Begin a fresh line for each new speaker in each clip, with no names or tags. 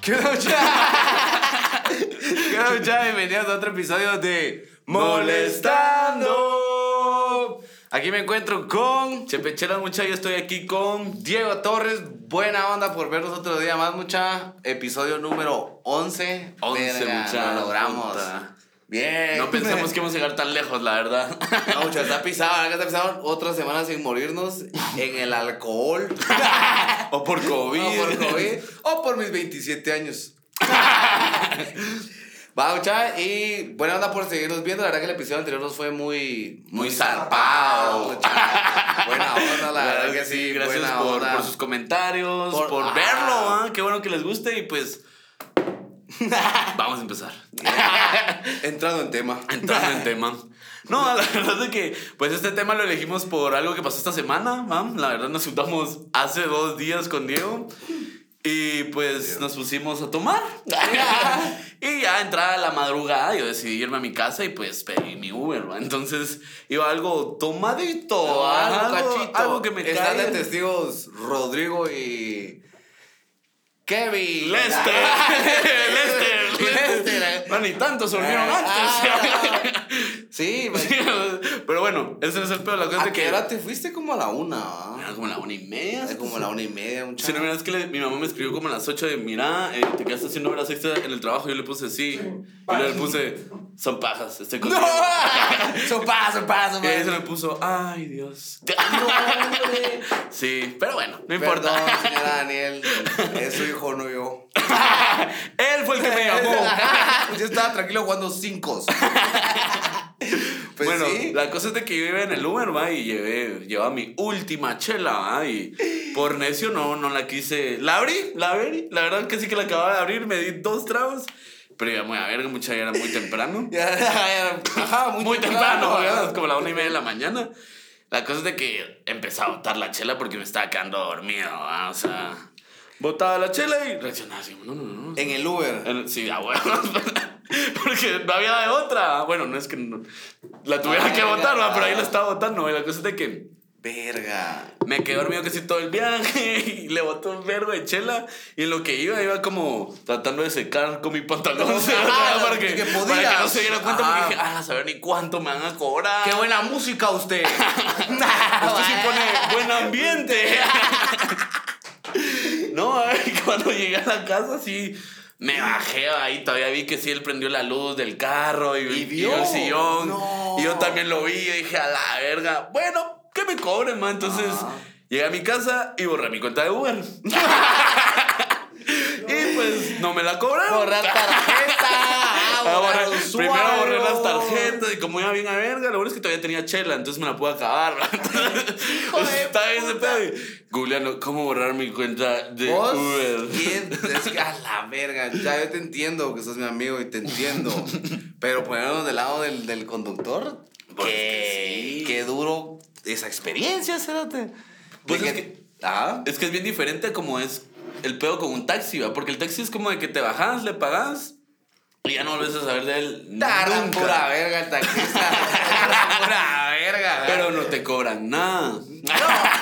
¿Qué onda, mucha? ¿Qué onda, mucha? Bienvenidos a otro episodio de Molestando. Aquí me encuentro con Chepechelas, mucha. Yo estoy aquí con Diego Torres. Buena onda por vernos otro día más, mucha. Episodio número 11.
11, mucha,
Lo logramos.
puta.
Bien.
No pensamos que íbamos a llegar tan lejos, la verdad.
No, mucha, está pisado. Ahora que está pisado, otra semana sin morirnos en el alcohol.
O por COVID.
O por COVID. o por mis 27 años. Va, mucha, y buena onda por seguirnos viendo. La verdad que el episodio anterior nos fue muy, muy
Muy
zarpado.
zarpado.
mucha. Buena onda, la verdad que sí.
Gracias
buena
por,
onda.
por sus comentarios,
Por-
por,
Ah.
verlo. ah, Qué bueno que les guste y pues. Vamos a empezar.
Entrando en tema.
Entrando en tema. No, la verdad es que, pues este tema lo elegimos por algo que pasó esta semana, mam. La verdad nos juntamos hace dos días con Diego y pues nos pusimos a tomar. y ya entrada la madrugada, yo decidí irme a mi casa y pues pedí mi Uber, ¿va? Entonces iba algo tomadito,
Ah,
algo,
cachito.
algo que me
Están
caiga.
de testigos Rodrigo y. Kevin.
Lester, Lester, Lester.
Lester.
Bueno, ni tanto se durmieron
Ah.
antes.
Sí, man.
Sí, pero bueno, ese no es el peor. La cosa
¿A
es
qué
Ah, que Ah,
hora te fuiste? Como a la una. ¿va?
Era como la una y media.
Es como la una y media,
Si
muchachos.
no, mira, es que le- mi mamá me escribió como a las 8 de, mira, eh, te quedaste haciendo horas extra en el trabajo. Yo le puse sí. Y luego le puse, son pajas, estoy
¡No!
contigo.
¡Sopa, sopa, sopa!
Y ella se me puso, ay, Dios.
¡No, hombre!
Sí, pero bueno, no importa.
Perdón, señora Daniel. Es su hijo, no yo.
Él fue el que me llamó.
Yo estaba tranquilo jugando cinco. Pues
bueno,
sí.
la cosa es de que yo iba en el Uber, va, y llevé, llevaba mi última chela, va, y por necio no, no la quise. La abrí, la abrí, la verdad que sí que la acababa de abrir, me di dos tragos, pero ya muy a verga, mucha, ya era muy temprano.
Ya, ya, ajá, muy,
muy temprano, ¿verdad?
¿verdad?
como la una y media de la mañana. La cosa es de que empecé a botar la chela porque me estaba quedando dormido, ¿va? o sea, botaba la chela y reaccionaba así, no, no, no. no.
En el Uber.
En- Sí, a huevos. Porque no había de otra. Ah, Bueno, no es que no- la tuviera
Ay,
que votar,
Ah, ya.
pero ahí la estaba votando. Y la cosa es de que
Verga.
me quedé dormido casi todo el viaje y le botó un verbo de chela. Y en lo que iba, iba como tratando de secar con mi pantalón.
Ajá,
o sea,
lo
para,
Ah, que
que,
podías.
para que no se diera cuenta.
Ajá.
Porque dije, ah, a saber ni cuánto me van a cobrar.
¡Qué buena música usted!
Usted Pues sí pone buen ambiente. no, a ver, cuando llegué a la casa sí me bajé ahí. Todavía vi que sí él prendió la luz del carro y,
¿Y
y
vio?
el sillón.
No.
Y yo también lo vi y dije, a la verga. Bueno, que me cobren, man. Entonces
Ajá.
llegué a mi casa y borré mi cuenta de Uber. y pues no me la cobraron.
¡Borrar tarjeta!
Ah,
borrar
borré-
usuario.
primero borré las tarjetas y como iba bien a verga, lo bueno es que todavía tenía chela, entonces me la pude acabar. Entonces,
de
Estaba bien ese
puta.
pedo. y, Juliano, ¿cómo borrar mi cuenta de
¿Vos?
Uber?
¿Quién? Es que a la verga. Ya yo te entiendo que sos mi amigo y te entiendo. Pero ponernos del lado del, del conductor.
Pues
qué,
que sí.
qué duro esa experiencia, cérate.
Pues
De
es
Ah.
Es que es bien diferente a como es el pedo con un taxi, ¿va? porque el taxi es como de que te bajas, le pagas y ya no volvés a saber de él.
Tardan
nunca.
pura verga el taxista. Tardan pura verga.
Pero no te cobran nada.
No,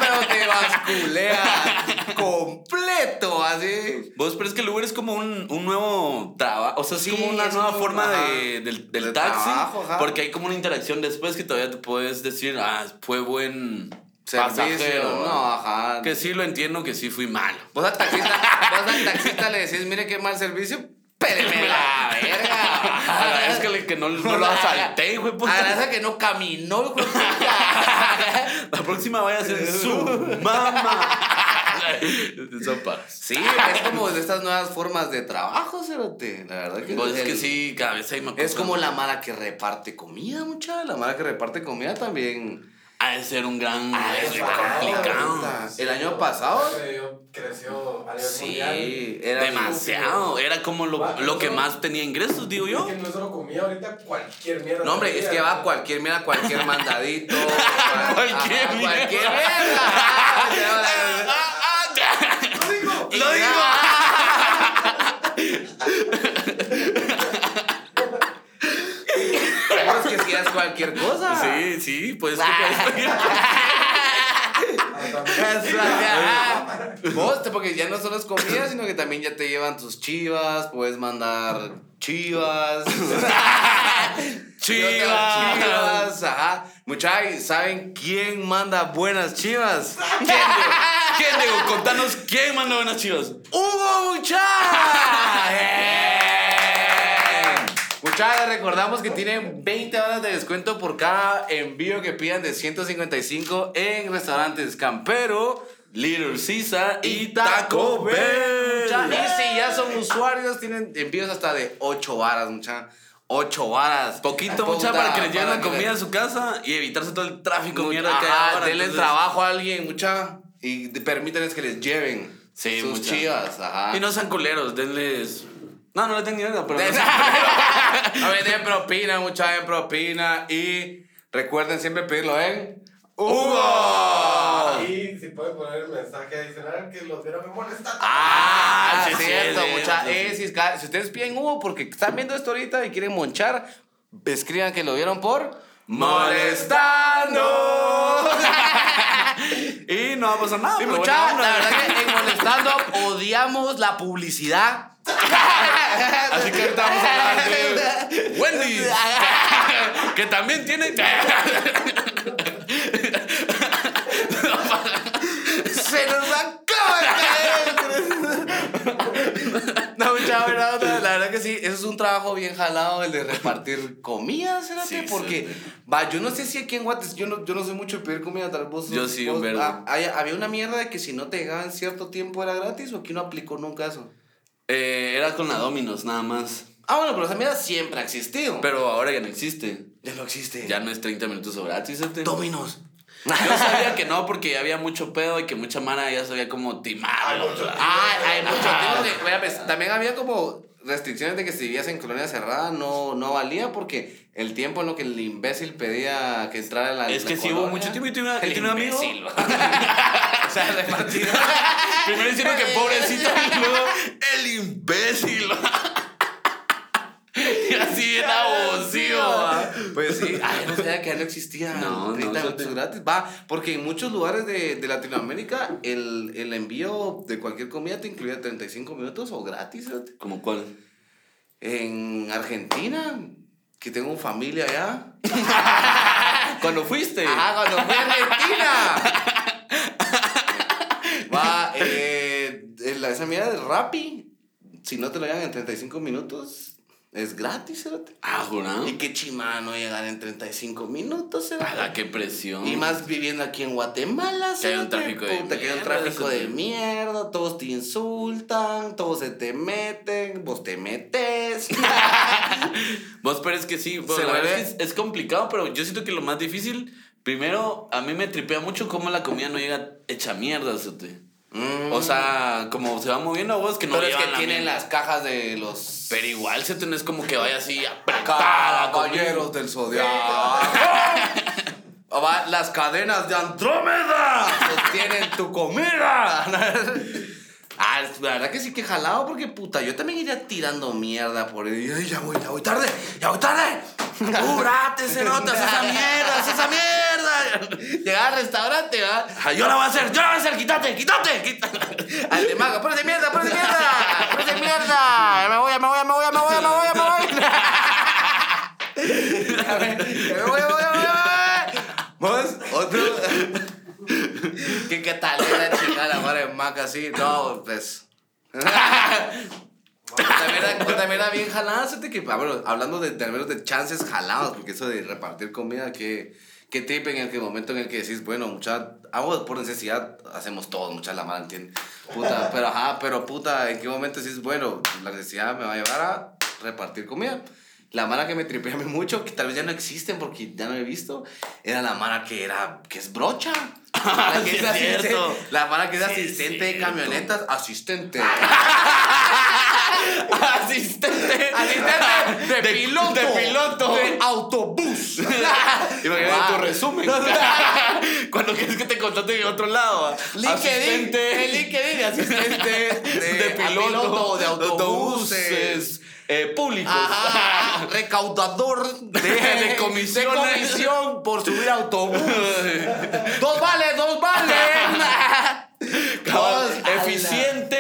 pero te basculea completo, así.
Vos, pero es que el Uber es como un, un nuevo trabajo, o sea, es
Sí,
como una
es
nueva
como-
forma
ajá.
de, del, del
De
taxi,
trabajo, ajá.
porque hay como una interacción después que todavía te puedes decir, ah, fue buen
Servicio.
pasajero.
No, ajá.
Que sí lo entiendo, que sí fui malo.
Vos al taxista, vos al taxista le decís, mire qué mal servicio, péleme la verga.
A la vez que, le- que no, no lo asalté, güey, puta.
Agradece que no caminó, hijo de puta.
La próxima vaya a ser su mamá. Son paros.
Sí, es como de estas nuevas formas de trabajo, Cerote. La verdad que,
Pues es que
el-
sí, cada vez hay más
Es
cosas.
como la mala que reparte comida, mucha. La mala que reparte comida también.
Ha de ser un gran... es
claro,
complicado.
puta. El año pasado.
Creció, creció a nivel mundial.
Sí, era
Demasiado. Era como lo, lo que más tenía ingresos, digo yo.
Es que no solo comía ahorita cualquier mierda.
No, hombre, es que va
cualquier.
cualquier, mira, cualquier mandadito. cual-
Cualquier
ajá,
mierda.
Cualquier mierda. Ah, la- la-
Lo digo.
Y
Lo digo.
ah. Pero es que si es cualquier cosa.
Sí, sí, pues.
Ah.
que-
Ah, también.
Eso, ajá. Vos, te- porque ya no solo es comida, sino que también ya te llevan tus chivas, puedes mandar chivas.
Chivas.
Chivas, ajá. Muchachos, ¿saben quién manda buenas chivas? ¿Quién, Diego?
¿Quién, Diego? Contanos quién mandó buenas chivas.
¡Hugo Mucha! Muchachos, recordamos que tienen 20 horas de descuento por cada envío que pidan de 155 en restaurantes Campero, Little Caesar y Taco Bell. Mucha, Y si ya son usuarios, tienen envíos hasta de 8 varas, mucha. 8 varas.
Poquito, mucha, para que les lleven la
para que
comida a su casa y evitarse todo el tráfico, mierda que hay
Ajá,
ahora,
denle
entonces-
trabajo a alguien, mucha. Y de- permítanles que les lleven
Sí,
sus
mucha.
chivas. Ajá.
Y no sean culeros, denles. No, no le tengo dinero, pero. no sean-
a ver, den propina, mucha den propina. Y recuerden siempre pedirlo en Hugo.
Y si pueden poner el mensaje adicional que los vieron me molestan.
Ah,
sí,
sí,
sí,
cierto,
sí,
mucha.
sí,
eh,
sí.
si, es ca- si ustedes piden Hugo porque están viendo esto ahorita y quieren monchar, escriban que lo vieron por Molestando.
Y no va a pasar nada.
Sí,
pero
mucha,
buena onda.
la verdad que en Molestando odiamos la publicidad.
Así que ahorita vamos a hablar de Wendy, que también tiene.
Se nos acaba de caer. No, mucha buena onda. La verdad que sí, eso es un trabajo bien jalado, el de repartir comida, ¿será
Sí,
Porque, va, yo no sé si aquí en Guates, yo no, yo no sé mucho de pedir comida, tal vez vos.
Yo sí,
vos-
un vergo.
ah, hay- había una mierda de que si no te llegaba en cierto tiempo era gratis o aquí no aplicó nunca eso.
Eh, era con la Dominos, nada más.
Ah, bueno, pero esa mierda siempre ha existido.
Pero ahora ya no existe.
ya no existe.
Ya no es 30 minutos o gratis, ¿sí?
Dominos.
Yo sabía que no, porque había mucho pedo y que mucha mara ya sabía como timado.
Ah, hay mucho tiempo que- mira, pues, también había como restricciones de que si vivías en colonia cerrada no, no valía porque el tiempo en lo que el imbécil pedía que entrara la
Es
la
que sí hubo
colonia-
mucho tiempo y tiene, una-
El
y tiene un amigo.
imbécil,
o sea, repartido. Primero diciendo que pobrecito y luego el imbécil. y así era abusivo.
Pues sí, ay, no sabía que ya no existía
No, no,
30
eso
minutos
te-
gratis. Va, porque en muchos lugares de, de Latinoamérica el, el envío de cualquier comida te incluía 35 minutos o gratis. fíjate.
¿Como cuál?
En Argentina, que tengo familia allá.
Cuando fuiste.
Ah, cuando fui a Argentina. Va, eh, la- esa mierda de Rappi, si no te lo llegan en 35 minutos, es gratis, cerote.
Ah, jurado.
Y qué chimada no llegar en 35 minutos, cerote.
Ah, qué presión.
Y más viviendo aquí en Guatemala,
Que hay un
cerote,
tráfico de
puta, que hay un
mierda,
tráfico
cerote.
de mierda, todos te insultan, todos se te meten, vos te metes.
Vos, pero es que sí, bueno,
Se
la
vuelve-
verdad es, que es es complicado, pero yo siento que lo más difícil, primero, a mí me tripea mucho cómo la comida no llega hecha mierda, ¿sí? O sea, como se va moviendo vos que no
Mm. pero es que
llevan la
tienen
mierda.
las cajas de los
Pero igual se tenés como que vaya así apretada. como-
Caballeros del Zodiaco. O va, Las cadenas de Andrómeda sostienen tu comida. Ah, es- la verdad que sí que jalado porque puta, yo también iría tirando mierda por ahí. Ay, ya voy, ya voy tarde, ya voy tarde. Uh, Curate, cerote, haz esa mierda, haz esa mierda. Llega al restaurante, ¿va?
Ajá, yo la voy a hacer, yo la voy a hacer, quítate, quítate, quítate.
Al de mago, ponete mierda, ponete mierda, ponete mierda. Ya me voy, ya me voy, ya me voy, ya me voy, ya me voy, ya me voy. Ya me- ya me voy, ya me voy, ya me voy. Vos, otro. ¿Qué, qué tal era chica la madre de maca así? No, pues. También era, también era bien jalada, fíjate que, ah, bueno, hablando de, de, al menos de chances jalados, porque eso de repartir comida, qué, qué tip en el que momento en el que decís, bueno, mucha, hago por necesidad, hacemos todo, mucha la mala, ¿entiendes? Puta, pero ajá, pero puta, ¿en qué momento decís, bueno, la necesidad me va a llevar a repartir comida? La mala que me tripea a mí mucho, que tal vez ya no existen porque ya no he visto, era la mala que era, que es brocha. La que
Sí,
es
es
asistente-
cierto.
la mala que es
Sí, es
asistente de
cierto.
camionetas, asistente.
Asistente.
Asistente de, piloto.
De piloto.
De autobús.
Y me
Va.
tu resumen. Cuando quieres que te contraten en otro lado. ah.
LinkedIn.
Asistente.
El LinkedIn de asistente.
de, piloto,
de autobuses.
eh, públicos.
Ajá, recaudador de,
De comisiones.
de comisión por subir autobús. dos vales, dos vales.
Cabal,
Dos,
el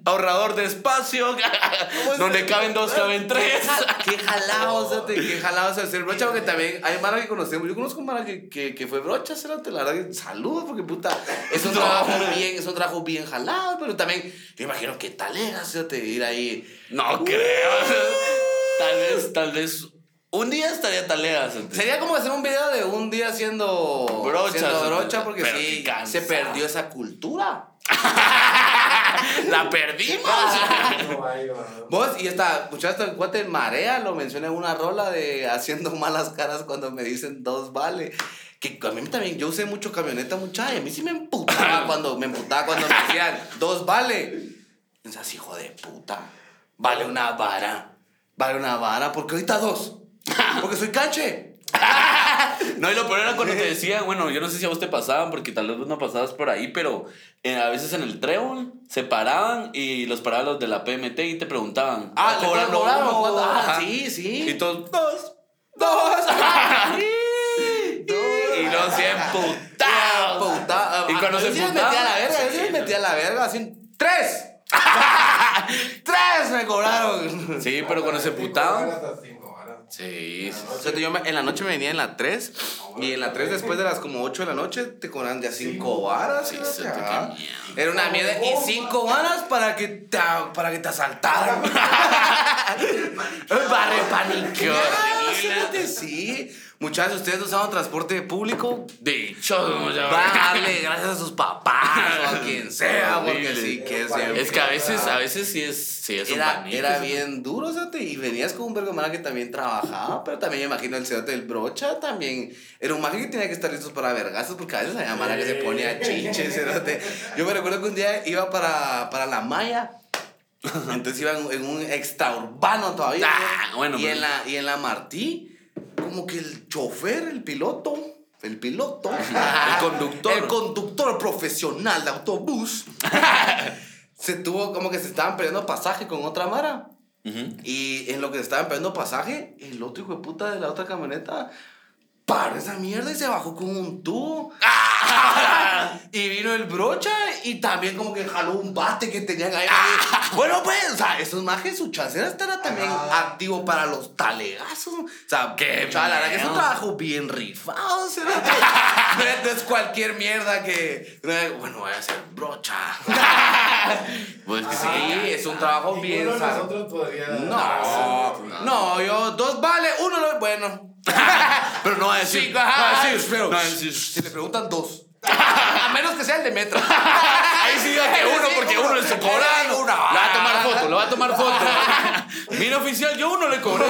ahorrador de espacio, donde caben dos, caben tres.
Qué jalado, cerote, qué jalado es hacer brocha, porque también hay mara que conocemos. Yo conozco mara que, que, que fue brocha, cerote, la verdad, que saludos, porque puta, es un
No.
trabajo bien, es un trabajo bien jalado, pero también, yo imagino que tal era, cerote, ir ahí.
No creo.
Uh.
Tal vez, tal vez. Un día estaría taleas.
Sería como hacer un video de un día haciendo
Brocha,
haciendo
cerote,
brocha porque
pero
sí,
qué cansado.
se perdió esa cultura.
La perdimos.
Ah.
No hay, ¿no?
Vos, y esta, muchacho, el cuate Marea lo menciona en una rola de haciendo malas caras cuando me dicen dos vale. Que a mí también, yo usé mucho camioneta, muchacha, y a mí sí me emputaba cuando me emputaba cuando me decían dos vale. Pensás, hijo de puta, vale una vara, vale una vara, porque ahorita dos, porque soy canche.
No, y lo peor era cuando te decía, bueno, yo no sé si a vos te pasaban, porque tal vez vos no pasabas por ahí, pero eh, a veces en el trébol se paraban y los paraban los de la PMT y te preguntaban.
Ah, ¿le puedo cobrar o
uno?
cuánto? Ah,
Ajá.
sí, sí.
Y todos, dos.
Dos,
Y los emputados.
Puta,
Y cuando
a-
se
yo sí me
emputaba,
metía a la verga, yo sí me metía a la verga, así, ¡tres! ¡Tres me cobraron!
Sí, pero cuando se
Cinco
emputaban.
horas a cinco horas.
Sí, sí. O sea, yo me- en la noche me venía en la 3 y en la 3 después de las como 8 de la noche te cobraban ya 5 varas.
Sí,
creo que,
sí, te
ah.
qué mierda.
Era una mierda. Y 5 varas para que te, para que te asaltaran. para repaniquear.
horrible.
Ah, Sí, muchachos, ustedes no usaban transporte público,
Dichoso, ya.
Dale, gracias a sus papás o a quien sea, porque
Horrible.
sí que es bien.
Es que a veces, a veces sí es, sí es un
era,
panito.
era bien duro, o sea, te- y venías con un vergo de maje que también trabajaba, pero también me imagino el cerote del brocha también. Era un maje que tenía que estar listos para vergazos, porque a veces había mara que se ponía chinches, cerote. Yo me recuerdo que un día iba para, para la maya. Entonces iba en, en un extraurbano todavía.
Ah,
¿no?
bueno,
y,
pero-
en la, y en la Martí, como que el chofer, el piloto, el piloto,
El conductor.
el conductor profesional de autobús, se tuvo como que se estaban perdiendo pasaje con otra Mara.
Ujú.
Y en lo que se estaban perdiendo pasaje, el otro hijo de puta de la otra camioneta paró esa mierda y se bajó con un tubo. Y vino el brocha y también como que jaló un bate que tenían ahí. Bueno, pues, o sea, esos majes, su chance era estar también
Ah.
activo para los talegazos. O sea,
Qué
o sea, la verdad que es un
miedo.
trabajo bien rifado. o sea, no es- no es cualquier mierda que... no es, Bueno, voy a ser brocha.
Pues que sí.
Sí, es un trabajo
Ninguno
bien...
de
sano.
nosotros podría.
No,
pues
no, yo dos vale, uno no es bueno.
Pero no va a decir.
Cinco, ajá.
no va a decir, pero-
No va a decir. Si le preguntan dos. A menos que sea el de metro.
Ahí sí diga que uno,
Sí,
porque
uno.
uno le está cobrando.
Uno.
Lo va a tomar foto, lo va a tomar foto. Mira, oficial, yo uno le cobré.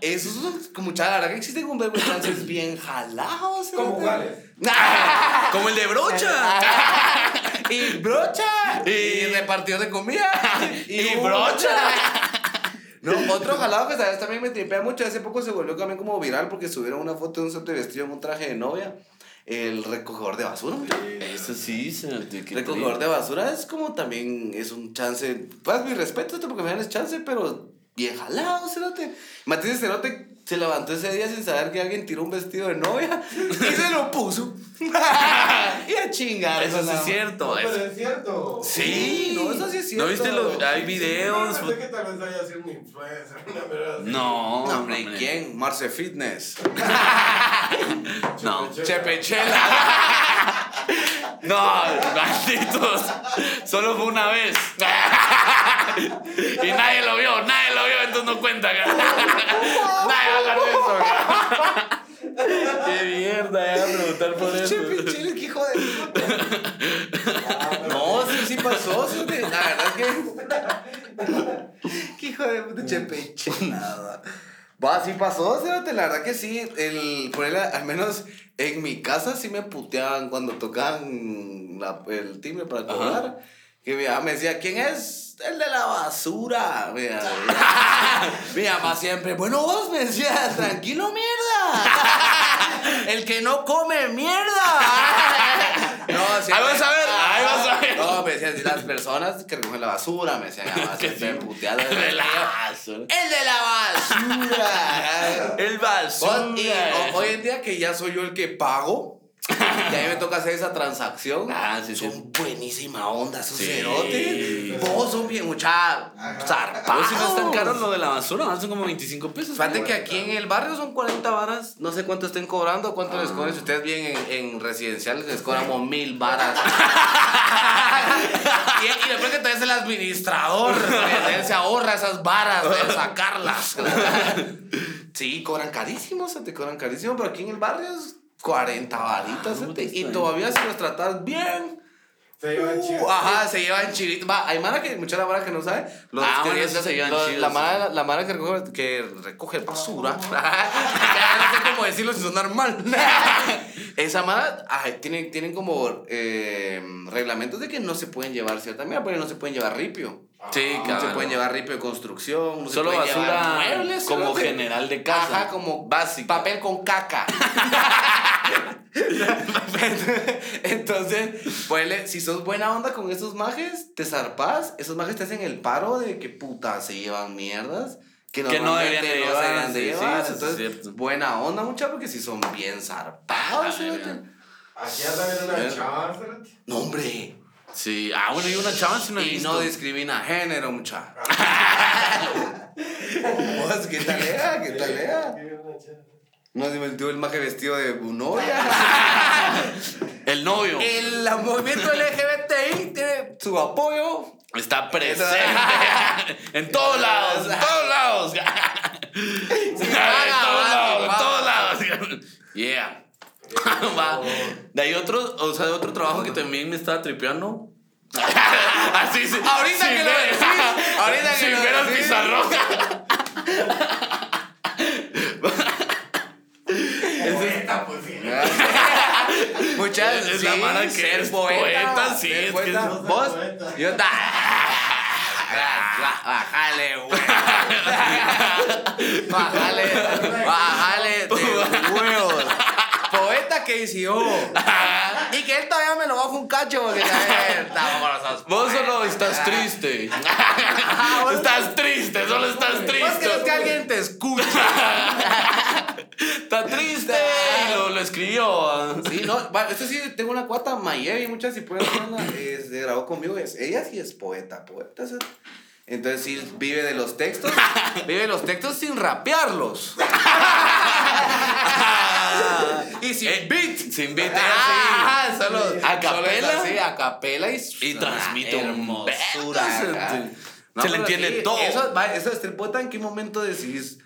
Eso es un- como mucha la verdad que existen un verbo de chances bien jalados. ¿sí?
¿Cómo cuáles?
Como el de brocha.
Y brocha.
Y-
repartidor de comida.
Y brocha.
No, otro jalado que sabes también me tripea mucho. Hace poco se volvió también como viral porque subieron una foto de un sote vestido en un traje de novia. El recogedor de basura. muchacho.
Eso sí, señor. qué
Recogedor de basura es como también es un chance. Pues mi respeto, esto porque me dan es chance, pero bien jalado, cerote. Matías Cerote se levantó ese día sin saber que alguien tiró un vestido de novia y se lo puso. y a chingar. pues,
Eso sí
nada
es
más.
cierto.
Pero
eso-
es cierto.
Sí.
No, eso sí es
¿No viste
cierto.
los.? Hay
Yo
videos.
pensé que tal vez haya sido un influencer. una verdad así.
No,
No,
hombre,
hombre, ¿quién? Marce Fitness.
No.
Chepechela.
No, malditos. Solo fue una vez. Y nadie lo vio, nadie lo vio, entonces no cuenta. cara. nadie va a ganar eso. cara. Qué mierda, ya a preguntar por eso.
Chepechela, qué hijo de.
Ah, pero-
No, sí, sí pasó. sí, de- La verdad que. Qué hijo de puta chepeche. Nada. Va, sí pasó, cerote, la verdad que sí. El, por el- al menos en mi casa sí me puteaban cuando tocaban la- el timbre para cobrar. Que mi mamá me decía, ¿quién es? El de la basura. Mi mamá- mi mamá siempre, bueno, vos me decía, tranquilo, mierda. El que no come, mierda. No, ah.
Ahí vas a ver, ahí vas a ver.
No, me decían, las personas que recogen la basura, me decían, ah,
Que
siempre
sí.
puteadas.
Relazo.
El de la basura.
El basura.
Vos, y, o- hoy en día que ya soy yo el que pago. Y ahí me toca hacer esa transacción.
Ah, sí,
son
sí.
buenísima onda esos
Sí.
cerotes. Vos son bien, mucha
Pero si ah, no es tan caro
zarpados.
lo de la basura, ¿no? son como 25 pesos.
Fíjate
¿no?
que aquí en el barrio son 40 varas. No sé cuánto estén cobrando, cuánto les cobran. Si ustedes bien en, en residenciales, les cobramos mil varas. y, y después que te es el administrador, ¿ves? él se ahorra esas varas de sacarlas. sí, cobran carísimo, se te cobran carísimo, pero aquí en el barrio es 40 varitas. se te- y todavía si los tratas bien.
Se llevan
Uh,
chido.
Ajá, se llevan chivitos. Va, hay mara que, mucha la mara que no sabe. Los
Ah,
que
bueno,
los-
sí se llevan
los-
chidos,
La
sí.
mara, la mara que recoge, que recoge basura.
Oh.
Ya no sé cómo decirlo sin sonar mal. Esa mara, ay, tienen, tienen como eh, reglamentos de que no se pueden llevar cierta mira, pero no se pueden llevar ripio.
Sí,
No
cabrón.
se pueden llevar ripio de construcción. No se
Solo
pueden llevar
basura
muebles,
como
solo que-
general de casa.
Ajá, como básica. Papel con caca. Entonces, ponele, si sos buena onda con esos majes, te zarpas, esos majes te hacen el paro de que puta se llevan mierdas. Que,
Que no deberían de
normalmente deberían
llevar,
de
sí, sí,
llevar.
eso es
Entonces,
cierto.
buena onda, mucha, porque si son bien zarpados.
Ah,
fíjate.
mira.
Aquí anda viendo una
Ver.
chava, espérate.
No, hombre.
Sí, ah, bueno, y una chava si no he
y
visto.
no discrimina género, mucha. Vos, ¿Qué talea? ¿Qué talea?
Aquí viene una chava.
No se metió el maje vestido de novia.
El novio
El movimiento LGBTI tiene su apoyo.
está presente en todos lados, en todos lados. en todos lados, en todos lados. Yeah. Va. De ahí otro, o sea, otro trabajo que también me estaba tripeando. Así sí.
Ahorita
sin
que lo
ver-
decís, ahorita que
sin
lo
ver al
decís.
pizarrón.
Poeta, pues sí.
Muchas
Es la mara que
ser
es poeta, sí,
ser
es que
poeta.
no
soy
Vos,
poeta.
yo ta- Bájale, güey. Bájale, bájale de huevos. Poeta que hizo. Y que él todavía me lo baja un cacho porque también tampoco lo sos
Vos solo
poeta.
estás triste. estás triste, solo estás
Vos querés que
triste.
alguien te escuche.
Está triste. Y lo, lo escribió.
Sí, no, va, esto sí, tengo una cuata, Mayevi, muchas si pueden verla, eh, se grabó conmigo, es- ella sí es poeta, poeta. o sea, Entonces sí vive de los textos, vive de los textos sin rapearlos. y sin
Eh,
beat.
Sin beat,
Ah,
ella sí.
solo
¿A
solo es
capela?
así, a capela y,
Y transmite un
hermosura.
vergo,
ajá.
se te- se le
pero
entiende todo.
Eso, va, eso de ser poeta, ¿en qué momento decís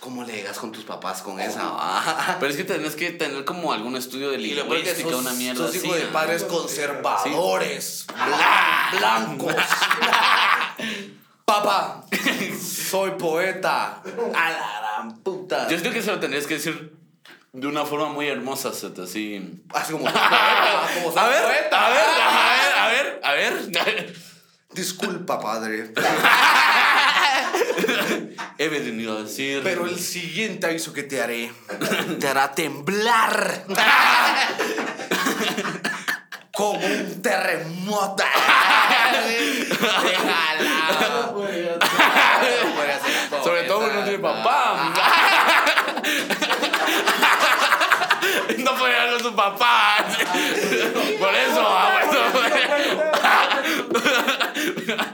cómo le llegas con tus papás
Oh,
con esa? va?
Pero es que tenés que tener como algún estudio de
Y lo peor que
lingüística,
sos,
una mierda
sos
así.
hijo de
¿no?
padres conservadores, bla- blancos. Papá, soy poeta. A la gran puta.
Yo creo que se lo tendrías que decir de una forma muy hermosa, Zeta, así.
Así como, como soy
A ver,
poeta.
a ver, a ver, a ver, a ver.
Disculpa, padre,
He venido a decir.
pero el siguiente aviso que te haré te hará temblar como un terremoto. Déjala.
No, pues, ya.
Sobre todo porque no tiene papá. No puede hablar con su papá. Por eso,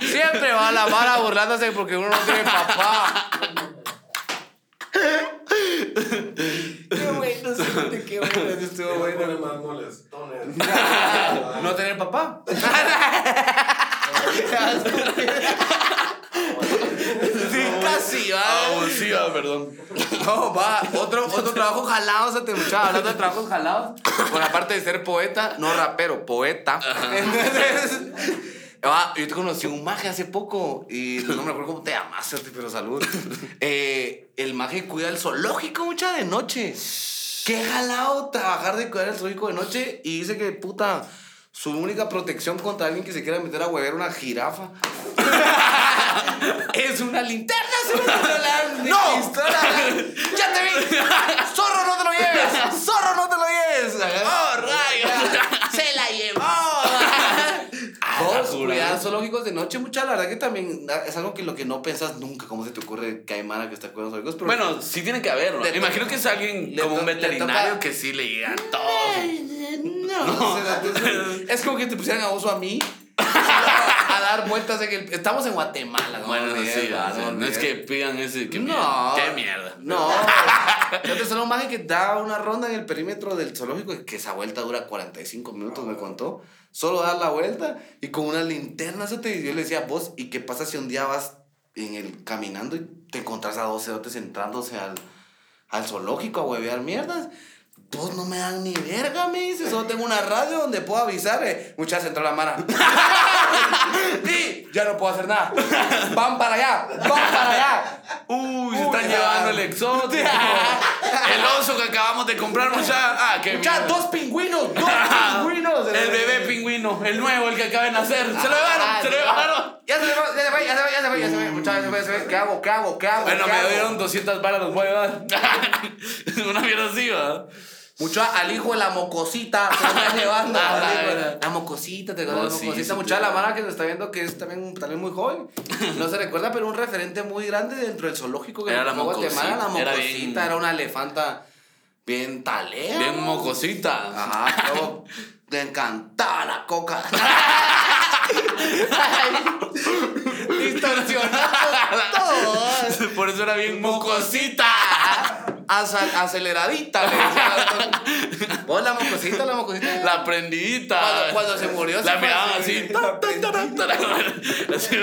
Siempre va la mala burlándose porque uno no tiene papá. Qué bueno, siente, qué bueno. eso Estuvo
Yo me
bueno.
pone más molestones.
No tener papá. sí, casi, va.
Abusiva, perdón.
No, va. Otro, otro trabajo jalado, se te muchaba. Hablando de trabajos jalados. Por aparte de ser poeta, no rapero, poeta. Entonces. va, yo te conocí un maje hace poco y no me acuerdo cómo te llamaste, pero salud. Eh, el maje cuida el zoológico mucha de noche. Qué jalado trabajar de cuidar el zoológico de noche y dice que puta, su única protección contra alguien que se quiera meter a huever una jirafa es una linterna, se me ocurrió la
¡No!
pistola. ¡Ya te vi! ¡Zorro, no te lo lleves! ¡Zorro, no te lo lleves! Ah, Oh.
¡Oh, rayos!
¡Se la llevó!
la
Vos,
jura.
cuidar zoológicos de noche, mucha, la verdad que también es algo que lo que no pensás nunca, cómo se te ocurre que hay mara que está cuidando zoológicos, pero...
Bueno, sí tiene que haber, ¿no?
Le
Imagino
toca-
que es alguien
le
como un
to- le
veterinario
toca-
que sí le llegan todos.
años. O sea, entonces, es como que te pusieran a oso a mí. a dar vueltas en el. Estamos en Guatemala, ¿no?
Ah, Bueno, sí,
Mierda,
o sea, no es
mierda.
que pidan ese. Que
No.
mierda. Qué mierda.
No. Entonces, solo más que da una ronda en el perímetro del zoológico, que esa vuelta dura 45 minutos,
Ah.
me contó. Solo dar la vuelta y con una linterna se te yo le decía, vos, ¿y qué pasa si un día vas en el caminando y te encontrás a dos cerotes entrándose al, al zoológico a huevear mierdas? Vos no me dan ni verga, me dice. Solo tengo una radio donde puedo avisar. Eh. Muchas entró la mara. Sí, ya no puedo hacer nada. Van para allá, van para allá.
Uy, se
Uy,
están
la-
llevando el exótico. el oso que acabamos de comprar, mucha. Ah, qué
Ya,
mierda.
dos pingüinos, dos pingüinos.
El bebé pingüino, el nuevo, el que acaba de nacer. Se lo
Ah,
llevaron, se lo
ya.
llevaron.
Ya se va, ya se va, ya se va, ya se va, ya se va. Muchachos, ya se va. ¿Qué hago? ¿Qué hago? ¿Qué hago?
Bueno,
¿Qué hago?
me dieron 200 balas, los voy a llevar. Una mierda así, ¿verdad?
Mucha, al hijo de la mocosita se lo está llevando.
Ah, la
al hijo de-
verdad.
la mocosita, te acuerdas de
No,
la
sí,
mocosita.
sí,
Mucha,
sí.
la mara que nos está viendo que es también tal vez muy joven. No se recuerda, pero un referente muy grande dentro del zoológico que
Era la
nos tocó
mocosita,
Guatemala. La
era
mocosita era,
bien-
una elefanta bien talea.
Bien
¿no?
mocosita.
Ajá, luego, le encantaba la coca. Distorsionado todo.
Por eso era bien mocosita.
Asa- aceleradita, le decía. Vos la mocosita, la mocosita.
La prendidita.
Cuando- cuando se murió,
La
se
miraban
fue
así.
así.
ta, ta, ta, ta, ta, ta, así,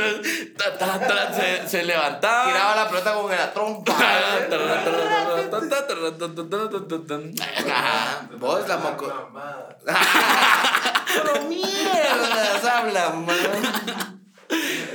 ta, ta, ta, Se, se levantaba.
tiraba la pelota con la trompa. Ah, Ajá, Vos la mocosita.
Mamá.
Pero mierdas habla, man.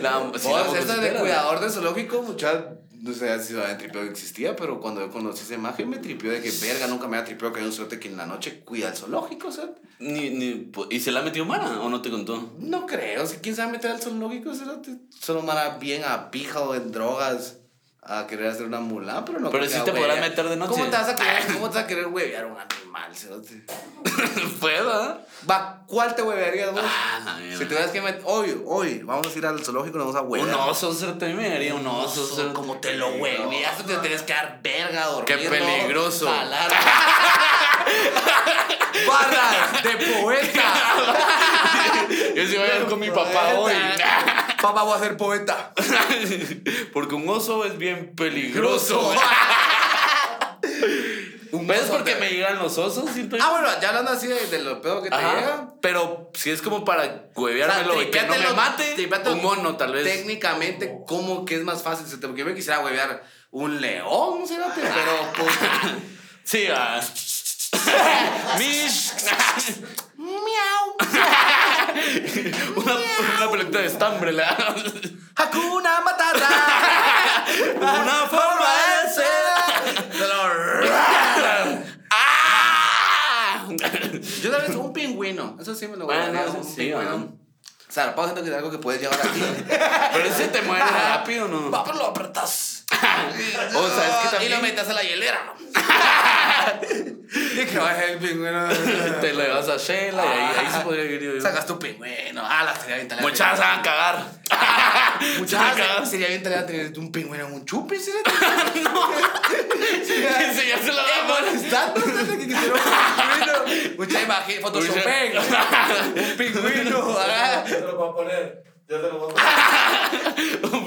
La, Pues sí, la
Vos, esta de
mocositera,
cuidador de zoológico, mucha. No sé si la de tripeo existía, pero cuando yo conocí esa imagen me tripió de que verga, nunca me había tripeado que hay un suerte que en la noche cuida el zoológico, o sea.
Ni, ni, po- ¿Y se la metió Mara o no te contó?
No creo, si quién sabe meter al zoológico, cerote. solo mara bien a pija o en drogas a querer hacer una mulá, pero no
Pero
creo
sí
que a
te podrás
huevear.
meter de noche.
¿Cómo te vas a querer, cómo te vas a querer huevear a un animal, cerote?
¿Pueda?
Va, ¿cuál te huevearías vos?
Ah, la mierda.
si tuvieras que meter, hoy, hoy, vamos a ir al zoológico y nos vamos a
Un
huevear.
oso, se te me haría un oso.
Oso,
cerote.
como te lo hueveas, te tienes que dar verga a dormir.
Qué peligroso.
¿no? Jalar. Barras de poeta.
Yo sí voy a ir con mi papá hoy.
Papá, voy a ser poeta.
Porque un oso es bien peligroso. ¿Ves
oso
por qué
te-
me llegan los osos? Siento yo.
Ah, bueno, ya hablando así de, de lo pedo que te
Ajá.
llega.
Pero si es como para hueveármelo y que no me
tripiátelo-
mate,
tripiátelo
un mono tal vez.
Técnicamente, ¿cómo que es más fácil? Se te- Porque yo me quisiera huevear un león, cerote, pero pues.
Sí, va. Mish.
¡Miau!
Una, una pelota de estambre, la.
¡Hakuna Matata!
Una forma de
ser.
¡Ah!
Yo tal vez un pingüino. Eso sí me lo voy a
Bueno,
dar.
eso
Un
sí, Ah, ¿no?
pingüino. Zarpado, siento que es algo que puedes llevar aquí.
Pero ese te muere rápido, ¿no?
Va, pero lo apretas.
O sea, es que
Y lo
también
metas a la hielera, ¿no? y que baje el pingüino.
te lo llevas a Shela y ahí, ahí se podría ir yo.
Sacas tu pingüino. Ah, la sería bien talada.
Muchas se van a cagar.
Muchas
Se van a cagar.
gracias. Sería bien talada tener un pingüino en un chupi, ¿sería?
Ese ya se lo va a poner.
Tanto que quisieron un pingüino. Muchas imágenes, photoshopen. Un pingüino.
Yo
ah.
se lo voy a poner. Yo se lo voy a
Un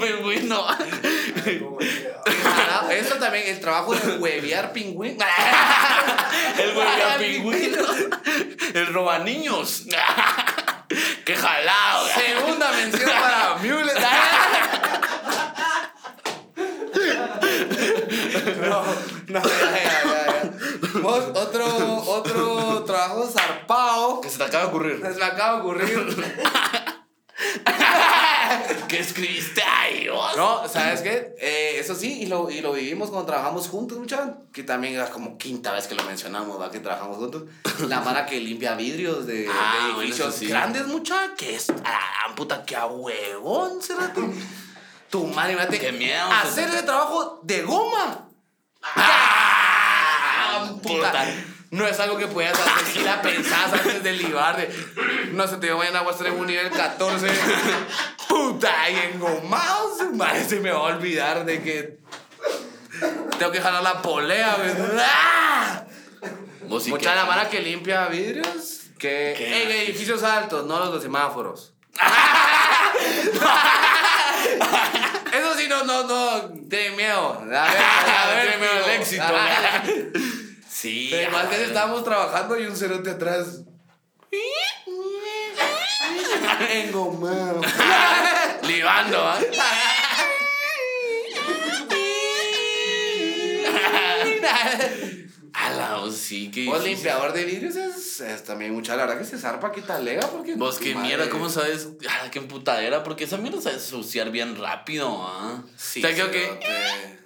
pingüino.
poner. Como que,
Ah, Eso también, el trabajo de huevear Ah, pingüino.
El huevea pingüino. El roba niños. Qué jalado.
Segunda mención para Ah. Mules. No, no, ya, ya, ya. Vos, Otro, otro trabajo zarpado
Que se te acaba de ocurrir.
que se me acaba de ocurrir.
¿Qué escribiste ahí? vos?
No, ¿sabes qué? Eh, eso sí, y lo, y lo vivimos cuando trabajamos juntos, muchachos. Que también era como quinta vez que lo mencionamos, ¿va? Que trabajamos juntos. La mara que limpia vidrios de, de
Ah, bueno,
edificios
eso sí.
grandes, muchachos. Que es. Ah, puta, que a huevón, cérate. Tu madre, imagínate.
Qué miedo,
Hacer ese trabajo de goma.
Ah,
Ah, puta.
puta.
No es algo que puedas hacer si la pensás antes de libar. de, no se te vayan a estar en un nivel 14. Puta, y engomado. su madre, se me va a olvidar de que. Tengo que jalar la polea, güey. ¡Ah!
Vos sí
Mucha
que-
la mara que limpia vidrios. Que
¿Qué?
en edificios altos, no los de semáforos. Eso sí, no, no, no, tiene miedo. A ver, a ver,
Tiene miedo al
tío.
éxito.
Ajá.
Sí.
Pero igual que
ah,
estábamos trabajando y un cerote atrás. Vengo, mao.
Libando, ¿ah? A la o sí, qué
Vos
difícil.
limpiador de vidrios es, es también mucha la verdad que se zarpa que talega porque.
Vos qué
madre.
mierda, ¿cómo sabes? Ah, qué emputadera, porque esa mierda sabe suciar bien rápido, ¿ah?
Sí,
O sea, creo que.
cerote.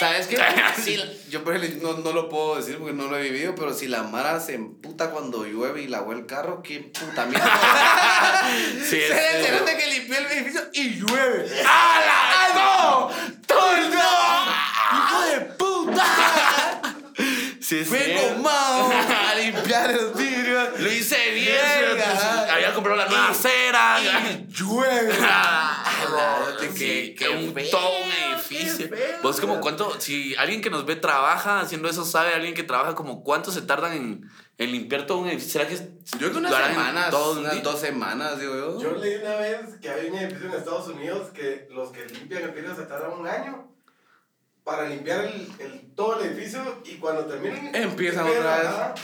¿Sabes qué? Sí, yo por ejemplo, no, no lo puedo decir porque no lo he vivido, pero si la Mara se emputa cuando llueve y lavó el carro, qué puta mierda.
Sí,
Se
es-
le cerote que limpió el edificio y llueve.
¡Ala!
¡Ah,
no! ¡Todo
¡Hijo de puta!
Sí, es
Vengo
cierto.
mao a limpiar los vidrios.
Lo hice bien.
Verga.
Había comprado la nueva cera.
Llueve.
Ah,
Rote,
sí,
qué- qué
un
feo,
todo un
qué
edificio.
feo,
Vos como
güey.
cuánto, si alguien que nos ve trabaja haciendo eso sabe, alguien que trabaja como cuánto se tardan en, en limpiar todo un edificio. ¿Será que
Yo creo que unas
lo harán en
semanas,
dos
unas
días?
dos semanas, digo yo.
Yo leí una vez que hay un edificio en Estados Unidos que los que limpian el edificio se tardan un año para limpiar el, el- todo el edificio y cuando terminen.
Empiezan
empiezan,
otra vez.
ajá.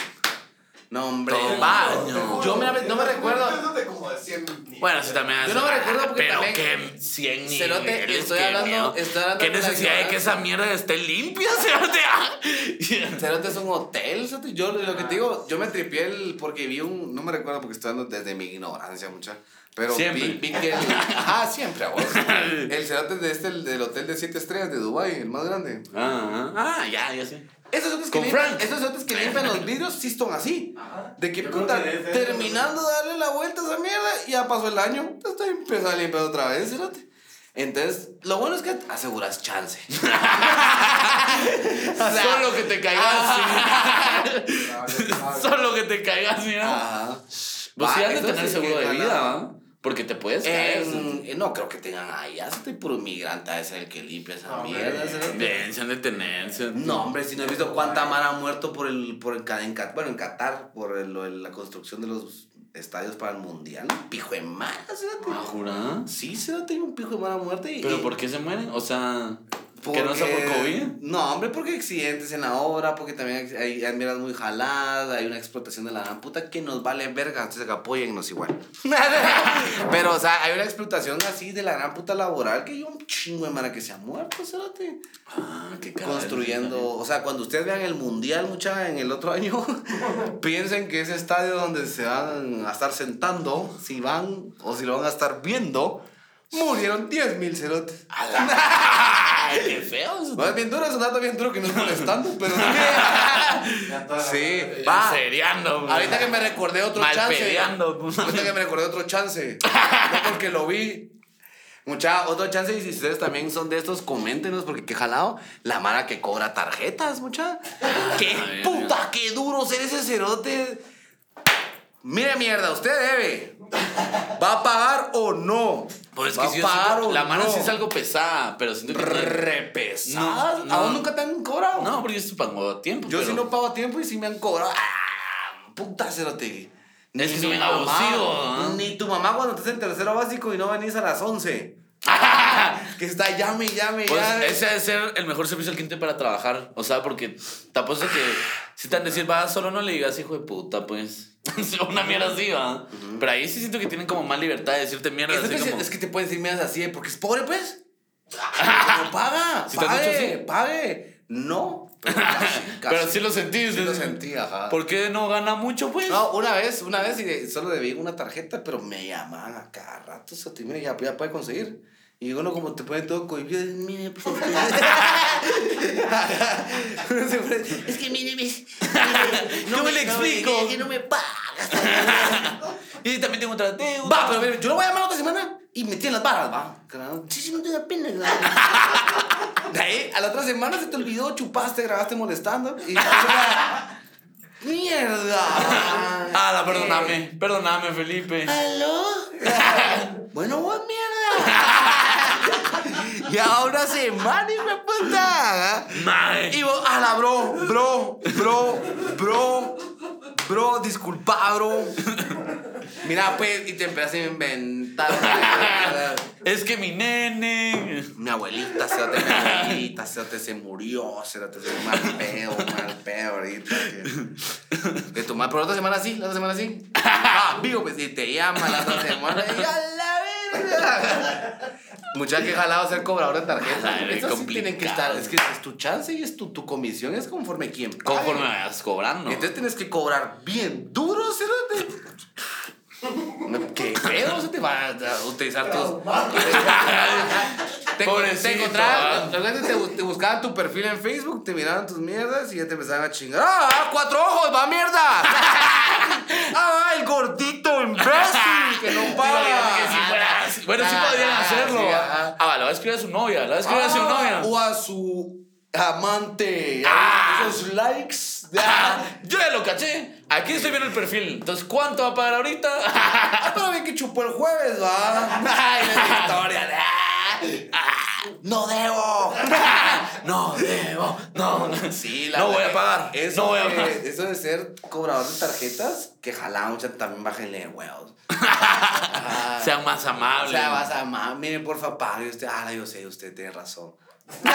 No, hombre.
Todo
Te
baño.
juro, te juro,
Yo me- no me
es
recuerdo.
un edificio de como de 100 niveles.
Bueno, sí también.
Yo no me recuerdo porque
pero
también-
que 100
Cerote,
niveles,
estoy
qué
hablando-
miedo.
estoy hablando
¿Qué
de la
necesidad de que
ignorancia.
esa mierda esté limpia, cerote? Ah.
Cerote es un hotel, cerote. Yo lo que te digo, yo me tripié el, porque vi un, no me recuerdo porque estoy hablando desde mi ignorancia mucha, pero vi,
Siempre.
vi que el, ah, siempre a vos. El cerote de este, el del hotel de 7 estrellas de Dubai, el más grande.
Ah, ah, ya, ya sé.
Esos cerotes que,
Con
limpian,
Frank.
esos cerotes que limpian los vidrios sí son así.
Ajá.
De que
Yo creo
puta,
que es eso.
terminando de darle la vuelta a esa mierda, ya pasó el año. Ya Estoy empezando a limpiar otra vez, cerote. Entonces, lo bueno es que aseguras chance.
Pues
O sea,
Solo que te caigas.
Ah, ya sabes.
Solo que te caigas,
Ah,
mira.
Ajá.
Vos sí
Va,
has de
eso
tener
Pues sí
seguro
que
de
gana.
vida, ¿va? Porque te puedes caer.
En- eh, no creo que tengan allá. Estoy puro migrante a ese el que limpia esa
Hombre.
mierda. ¿sí?
Bien, se han de tener. se-
No, hombre, si no he visto cuánta mara ha muerto por el, por el, ca- en, Cat- bueno, en Qatar, por el- lo de la construcción de los estadios para el mundial. Pijo de mara, ¿sí?
Ah, ¿jurá?
Sí, se da tengo un pijo de mala muerte. Y,
¿Pero por qué se mueren? O sea,
porque-
¿que no sea por COVID?
No, hombre, porque hay accidentes en la obra, porque también hay- hay, hay mierdas muy jaladas, hay una explotación de la gran puta que nos vale verga, entonces apóyennos igual. Pero, o sea, hay una explotación así de la gran puta laboral que hay un chingo de mara que se ha muerto, cerote.
Ah, qué caray.
Construyendo, o sea, cuando ustedes vean el mundial, mucha, en el otro año, piensen que ese estadio donde se van a estar sentando, si van o si lo van a estar viendo, murieron 10.000 cerotes.
A la- Ay, qué feo. eso.
No, es bien duro, es un dato bien duro que no es molestando, pero
Ya toda la-
sí.
ya-
Va.
Seriando. bro.
Ahorita que me recordé otro chance.
Malpedeando, pues.
Ahorita que me recordé otro chance. No porque lo vi. Mucha, otro chance, y si ustedes también son de estos, coméntenos, porque qué jalado. La mara que cobra tarjetas, mucha. ¡Qué
Ah, bien,
puta, qué duro ser ese cerote! Mire, mierda, usted debe. ¿Va a pagar o no?
Pues
¿Va
que
a
sí, yo
pagar
siento-
o
la mano
no?
sí es algo pesada, pero siento que...
repesadas.
No, no.
¿A vos nunca te han cobrado?
No, porque yo estoy pagando a tiempo.
Yo
pero-
sí no pago a tiempo y sí me han cobrado. ¡Ah! Puta cerote. Ni
Es que
mi
soy bien
mamá,
abusivo, ¿ah?
Ni tu mamá cuando estás en tercero básico y no venís a las 11. que está llame, llame,
Pues
llame.
ese debe ser el mejor servicio al cliente para trabajar. O sea, porque te apuesto que si te han de decir, va, solo no le digas hijo de puta, pues. Una mierda así, va. Pero ahí sí siento que tienen como más libertad de decirte mierda.
Es
Así
que-
como,
Es que te pueden decir mierdas así, ¿eh? porque es pobre, pues. Pero paga,
Si te han dicho
pague,
así.
pague. No. Pero, casi,
pero
casi.
sí lo sentís.
Sí lo
¿ves?
sentí, ajá.
¿Por qué no gana mucho, pues?
No, una vez, una vez y de- solo debí una tarjeta, pero me llamaban a cada rato, o sea, te- mira, ya, ya puede conseguir. Y uno como te pone todo cohibido, es, mire, pues, es que- Uno se pone, es que mire, ves, mire,
¿Cómo le explico?
es que no me pagas.
Y también tengo otra deuda.
Va, pero mire, yo lo voy a llamar otra semana y metí en las barras, va. Claro. Sí, sí, no te da pena. ¿no? De ahí, a la otra semana se te olvidó, chupaste, grabaste molestando. Y ¡Mierda!
Ala, Ah, perdóname.
Eh.
Perdóname, Felipe.
¿Aló? bueno, vos mierda. y ahora se mani, me puta. ah,
Madre.
Y vos, ala, bro, bro, bro, bro, Bro, disculpa, bro. Mira, pues, y te empezaste a inventar.
Es que mi nene.
Mi abuelita, cerote, mi abuelita, cerote, se murió, cerote, se mal pedo, mal pedo ahorita. que- De tomar, pero la otra semana sí, la otra semana sí. Ah, vivo, pues si te llama la otra semana, y a la verga. Muchachos, que jalado ser cobrador de tarjeta.
Ay,
Eso sí
complicado.
tienen que estar, es que es tu chance y es tu, tu comisión, es conforme ah, quien pague.
Conforme vayas cobrando.
Entonces tienes que cobrar bien duro, cerote. ¿Qué pedo se te va a utilizar tus... Te,
Pobrecito,
te
ah.
encontraban, de repente te, bu- te buscaban tu perfil en Facebook, te miraban tus mierdas y ya te empezaban a chingar. ¡Ah, cuatro ojos, va mierda! ¡Ah, el gordito imbécil que no
Imagínate que si
paga!
fuera así. Bueno, sí
Ah,
podrían
sí,
hacerlo.
ajá.
Ah, va, la va a escribir a su novia. La va a escribir a su
Ah,
novia.
o a su amante.
Ah.
Esos likes.
Ah, yo ya lo caché. Aquí estoy viendo el perfil. Entonces, ¿cuánto va a pagar ahorita?
Ah, pero bien que chupó el jueves, va. Ay, la historia. Ah, No debo.
No, debo. No, no.
Sí, la
No
verdad
voy a
que
pagar.
Eso,
No voy a
de,
pagar.
eso de ser cobrador de tarjetas, que jala mucha también bájenle de huevos. Ah,
Sean más
o
amables.
sea, vas a amar, miren, porfa, pague usted. Ah, yo sé, usted tiene razón.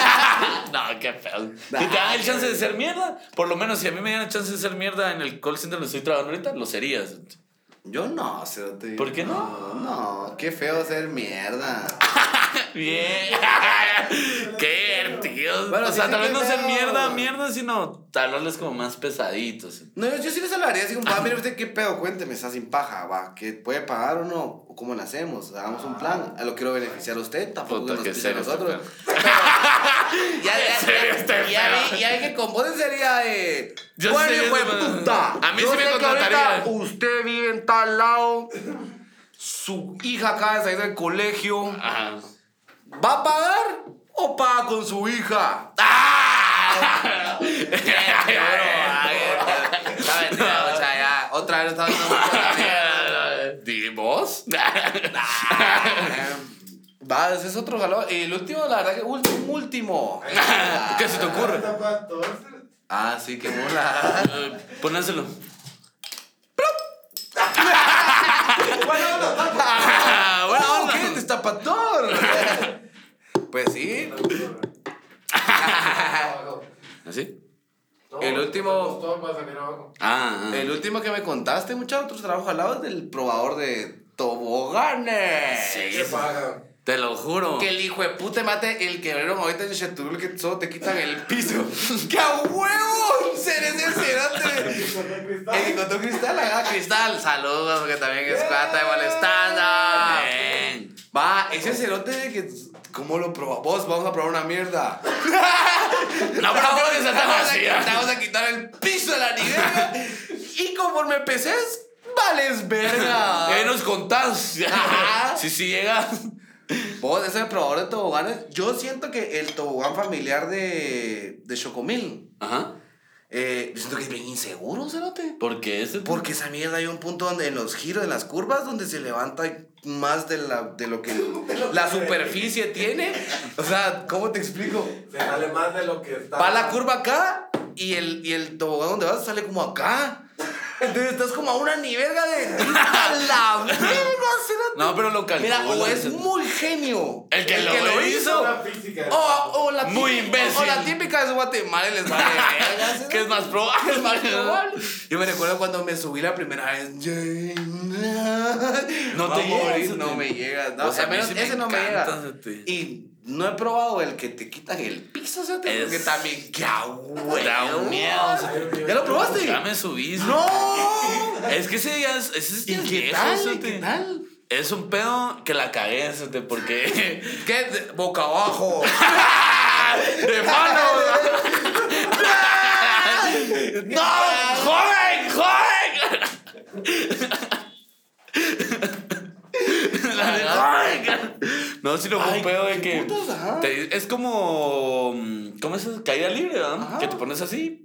No, qué feo. Si te dan el chance de ser mierda, por lo menos si a mí me dieran el chance de ser mierda en el call center donde estoy trabajando ahorita, lo serías.
Yo no, cerote.
¿Por qué no?
No, no, qué feo ser mierda.
Bien. qué divertido.
Bueno,
o
sí,
sea,
sí,
tal vez
qué
no ser
feo.
mierda, mierda, sino hablarles como más pesaditos.
No, yo, yo sí les hablaría así como, ah, mire usted qué pedo, cuénteme, está sin paja, va, que puede pagar o no, o cómo le hacemos, hagamos un plan, a lo quiero beneficiar a usted, tampoco
Puta,
nos
qué
pise a
serio este
nosotros.
pedo.
Pero- ya,
Qué
ya,
serio
ya,
este
ya
pedo.
vi, ya vi que con vos sería de...
Yo
"Bueno,
sí, yo
hijo de
sí me-
puta,
a mí
yo
sí
sé
me
que
contrataría".
ahorita Usted vive en tal lado, su hija acaba de salir del colegio,
Ajá.
¿va a pagar o paga con su hija?
¡Ah!
¿Sabes? O sea, ya, otra vez estaba haciendo mucho la mierda.
¿Di vos?
Em, Va, ese es otro jalón. Y el último, la verdad que último, último.
¿Qué se te ocurre?
Ah, sí, qué mola.
Eh, Ponéselo.
Bueno, no, no,
Ah, bueno,
¡Wow!
bueno.
¡Qué destapador! Pues sí.
¿Así?
no.
El último-
Los dos van a salir abajo.
Ah, ah.
El último que me contaste, muchacho, otro trabajo jalado es del probador de toboganes.
Sí.
¿Qué paga?
te lo juro.
Que el hijo de puta mate el que abrieron ahorita en Chetul que solo te quitan el piso. ¡Qué a huevo! ¡Seré desesperante!
Con el
El que
cristal.
encontró cristal, ah, cristal. Saludos, porque también es cuata de molestanda.
Bien.
Va, ese cerote de que. ¿Cómo lo probamos? Vos vamos a probar una mierda.
No, pero creo que se está
Vamos a qui-
vacía.
vamos a quitar el piso de la niñera. y conforme empecé, vales
Y ahí
verga.
nos contás.
Ajá.
Si sí llega.
Vos, ese probador de toboganes, yo siento que el tobogán familiar de, de Chocomil,
Ajá.
eh, yo siento que es bien inseguro, cerote.
Porque ese.
Porque esa mierda hay un punto donde en los giros, en las curvas, donde se levanta más de, la, de lo que la superficie tiene. O sea, ¿cómo te explico?
Se sale más de lo que
Ah.
está.
Va la curva acá y el, y el tobogán donde vas sale como acá. Entonces estás como a una niverga de. ¡A la verga! cerote!
No, pero lo calcula.
Mira, o es muy genio.
El que lo hizo. Oh,
La física.
O, o la
Muy
típica-
imbécil.
O la típica de Guatemala les vale verga, cerote.
Que es más probable.
Es más probable. Yo me recuerdo cuando me subí la primera vez. No
te llega, ese
No
te-
me llega. No,
O sea, a
al
mí
menos
sí me
ese no me
encanta,
llega.
ese te-
Y no he probado el que te quitan el piso, ¿sí?
Es-
porque también. ¡Ya, güey!
Da un miedo, o sea,
¿Ya lo probaste?
Ya me subís.
¡No!
Es que ese ya es. Ese es
¿Y
ya es
qué
viejo,
tal? ¿Y
cerote.
qué tal?
Es un pedo que la cagué, cerote, porque.
¿Qué? De- Boca abajo.
¡De mano! ¡No! ¡Joven! ¡Joven! La de joven. No, si lo fue
Ay,
un pedo de
qué
que.
putas, ajá.
te- es como. mm, ¿Cómo es eso? Caída libre, ¿verdad?
Ajá.
Que te pones así.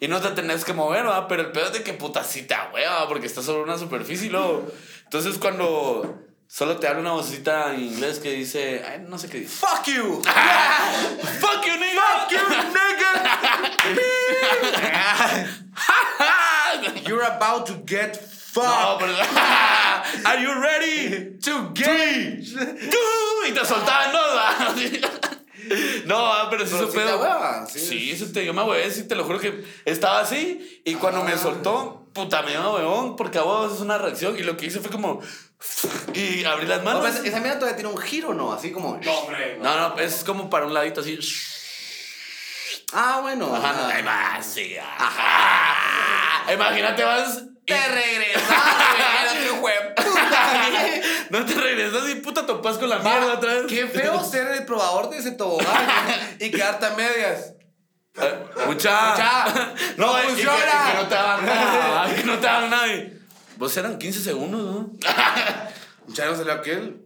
Y no te tenés que mover, ¿verdad? Pero el pedo es de que puta sí te hueva, porque estás sobre una superficie y luego. Entonces cuando solo te dan una vocecita en inglés que dice. Ay, no sé qué dice.
¡Fuck you!
¡Fuck you, nigga!
¡Fuck you, nigga! You're about to get
Ah, No,
fucked.
pero... Are you ready to get two? Y te soltaban dos. No, ah,
Pero
pero sí es un
sí te
pedo.
hueva, sí.
sí, eso te yo me huevé, sí, te lo juro que estaba así y cuando me
Ah.
soltó, puta, me dio un huevón porque a vos es una reacción y lo que hice fue como y abrí las
No,
manos.
pues, esa mierda todavía tiene un giro, ¿no? Así como.
No, hombre.
No, no, es como para un ladito así.
Ah, bueno.
Ajá,
ah.
no, ahí vas, sí, ajá. Imagínate vas y-
Te regresas, güey. puta,
no te regresas y puta topas con la mierda otra vez.
Qué feo ser el probador de ese tobogán y quedarte a medias.
Eh, Mucha.
Mucha.
No,
No
es que,
funciona.
que no te daban nada. y Que no te daban nada. y- Vos eran 15 segundos, ¿no?
Ya no salió aquel.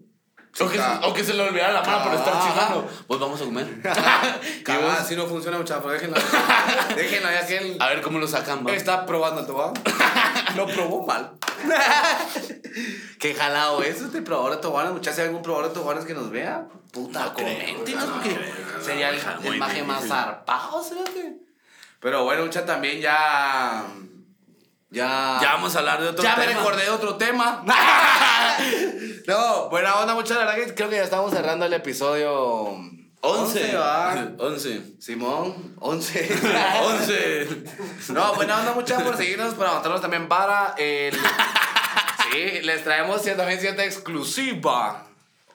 O que,
Ca-
o que se le olvidara la mano por estar
Ah.
chingando. Vos vamos a comer. Y
Cagada,
vos-
así no funciona, muchachos. Déjenla. Déjenla, ya que él
a ver cómo lo sacan, va.
está probando el tobogán. Lo probó mal. Qué jalado es este probador de toboganes. Muchachos, si hay algún probador de toboganes que nos vea, puta,
No creo,
coméntenos
no
porque
creo.
sería el,
Muy
el maje más
difícil.
zarpado, ¿sabes qué? Pero bueno, mucha también ya. Ya.
Ya vamos a hablar de otro
Ya me
tema.
recordé de otro tema. no, buena onda, mucha la verdad que creo que ya estamos cerrando el episodio
11.
¿va?
11.
Simón, 11.
11.
No, buena onda, mucha por seguirnos, por aguantarnos también para el. Sí, les traemos cier- también cierta exclusiva.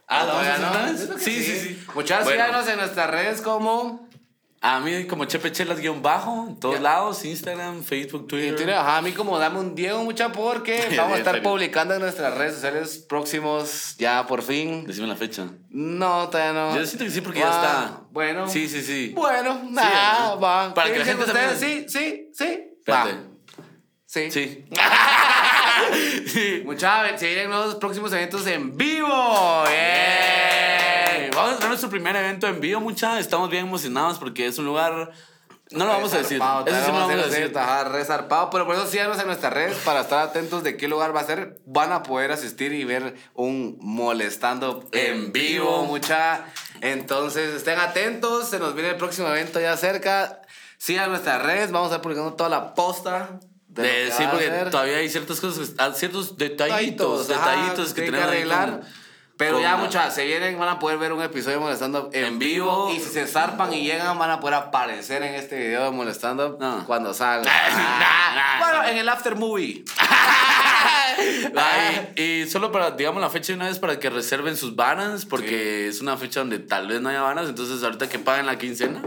Ah, ¿la vamos
Todavía
a hacer una vez?
Yo creo que
Sí, sí, sí.
Muchas
Bueno.
síganos en nuestras redes como. eh,
A mí como Chepe Chelas guión bajo, en todos
Ya.
lados, Instagram, Facebook,
Y
Twitter.
tiene, ajá, a mí como dame un Diego mucha porque vamos a estar
serio.
publicando en nuestras redes sociales próximos, ya por fin.
Decime la fecha.
No, todavía no.
Yo siento que sí porque
Va,
ya está.
Bueno.
Sí, sí, sí.
Bueno, nada,
¿no?
va.
Para
¿Qué
que la
dicen
gente
ustedes?
también-
Sí, sí, sí.
Espérate.
Va. Sí.
Sí.
Muchas se vienen los próximos eventos en vivo.
Ey,
¡Bien!
Eh, Vamos a tener nuestro primer evento en vivo, mucha. Estamos bien emocionados porque es un lugar. No lo vamos a decir.
Zarpado,
Eso sí no lo
todavía
vamos a
hacer,
decir.
Ajá, re zarpado, pero por eso síganos en nuestras redes para estar atentos de qué lugar va a ser. Van a poder asistir y ver un molestando en
En
vivo,
vivo.
mucha. Entonces, estén atentos, se nos viene el próximo evento ya cerca. Sigan nuestras redes, vamos a estar publicando toda la posta. de lo
De-
que
Eh, sí,
va a
porque
ser.
todavía hay ciertas cosas, que- ah, ciertos
detallitos,
detallitos,
ajá,
detallitos que
hay
tenemos ahí
arreglar.
con-
pero
con
ya
la-
muchas se vienen, van a poder ver un episodio de molestando en,
En
vivo,
vivo.
y si se zarpan y llegan van a poder aparecer en este video de molestando
No.
cuando salga.
Ah.
Ah,
Nah, nah, Ah,
bueno,
nah.
en el after movie.
Ay, y solo para, digamos, la fecha de una vez para que reserven sus vanas, porque es una fecha donde tal vez no haya vanas, entonces ahorita que paguen la quincena,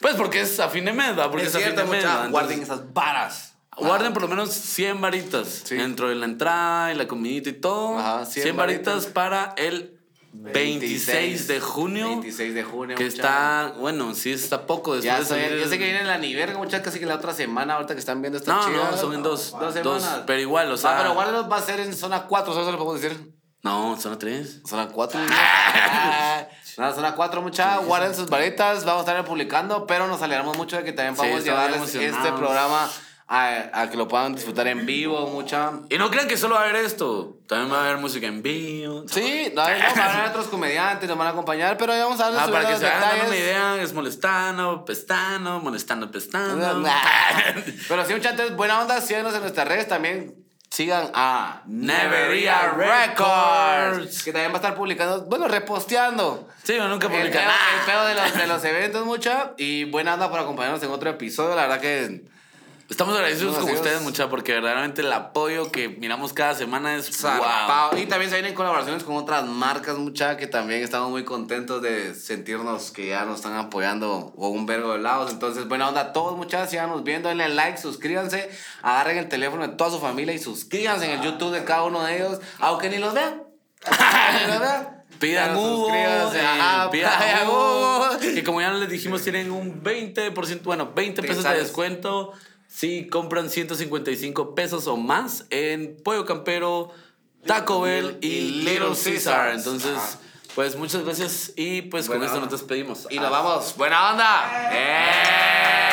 pues porque es a fin de mes, ¿verdad? Porque
es
es,
cierto,
a fin de mes.
mucha,
¿verdad? Entonces,
guarden esas varas.
Guarden por lo menos 100 varitas
Ah. Sí.
dentro de la entrada y la comidita y todo.
Ajá, 100
100, varitas para el 26, de junio.
26 de junio.
Que
mucha.
está, bueno, sí, está poco.
Ya,
después de
sé-
salir
ya sé
el-
que viene la nivel, muchas casi que la otra semana, ahorita que están viendo estas
No,
chivas.
no, son en dos.
Dos
dos,
semanas.
pero igual, o
Ah,
sea.
pero igual va a ser en zona 4, solo se lo podemos decir.
No, son tres.
Son las 4. Ah. Nada, son las 4, muchachos. Guarden sus varetas. Vamos a estar publicando, pero nos alegramos mucho de que también
Sí,
podamos
estamos
llevarles
emocionados.
este programa a, a que lo puedan disfrutar en vivo, mucha.
Y no crean que solo va a haber esto. También va a haber música en vivo.
Sí, no, no, van a haber otros comediantes, nos van a acompañar, pero ya vamos a darles
Ah, para que
los
se hagan dando una
detalles.
idea, es molestano, pestano, molestando, pestano.
Ah. Pero sí, muchachos, buena onda. Síganos en nuestras redes también. Sigan a
Nevería Records.
que también va a estar publicando, bueno, reposteando.
sí, yo nunca
El pedo,
publican
el pedo de, los, de los eventos, mucha. Y buena onda por acompañarnos en otro episodio. La verdad que
Estamos agradecidos
Buenos
con
días.
ustedes, mucha, porque verdaderamente el apoyo que miramos cada semana es wow.
zarpado. Y también se vienen colaboraciones con otras marcas, mucha, que también estamos muy contentos de sentirnos que ya nos están apoyando o un vergo de lados. Entonces, buena onda a todos, muchachos. Síganos viendo, denle like, suscríbanse, agarren el teléfono de toda su familia y suscríbanse en el YouTube de cada uno de ellos, aunque ni los vean. Aunque ni los vean.
Pidan
Pero
Hugo,
suscríbanse,
eh,
ajá,
pidan
pidan
Hugo.
Hugo.
Que como ya les dijimos, tienen un 20%, bueno, 20 pesos de
Trizales.
descuento si compran 155 pesos o más en Pollo Campero, Taco Bell y Little Caesar. Entonces,
Ajá.
pues muchas gracias y pues
Buena
con esto
onda.
nos despedimos.
Y nos
Hasta-
vamos. Buena onda. ¡Eh!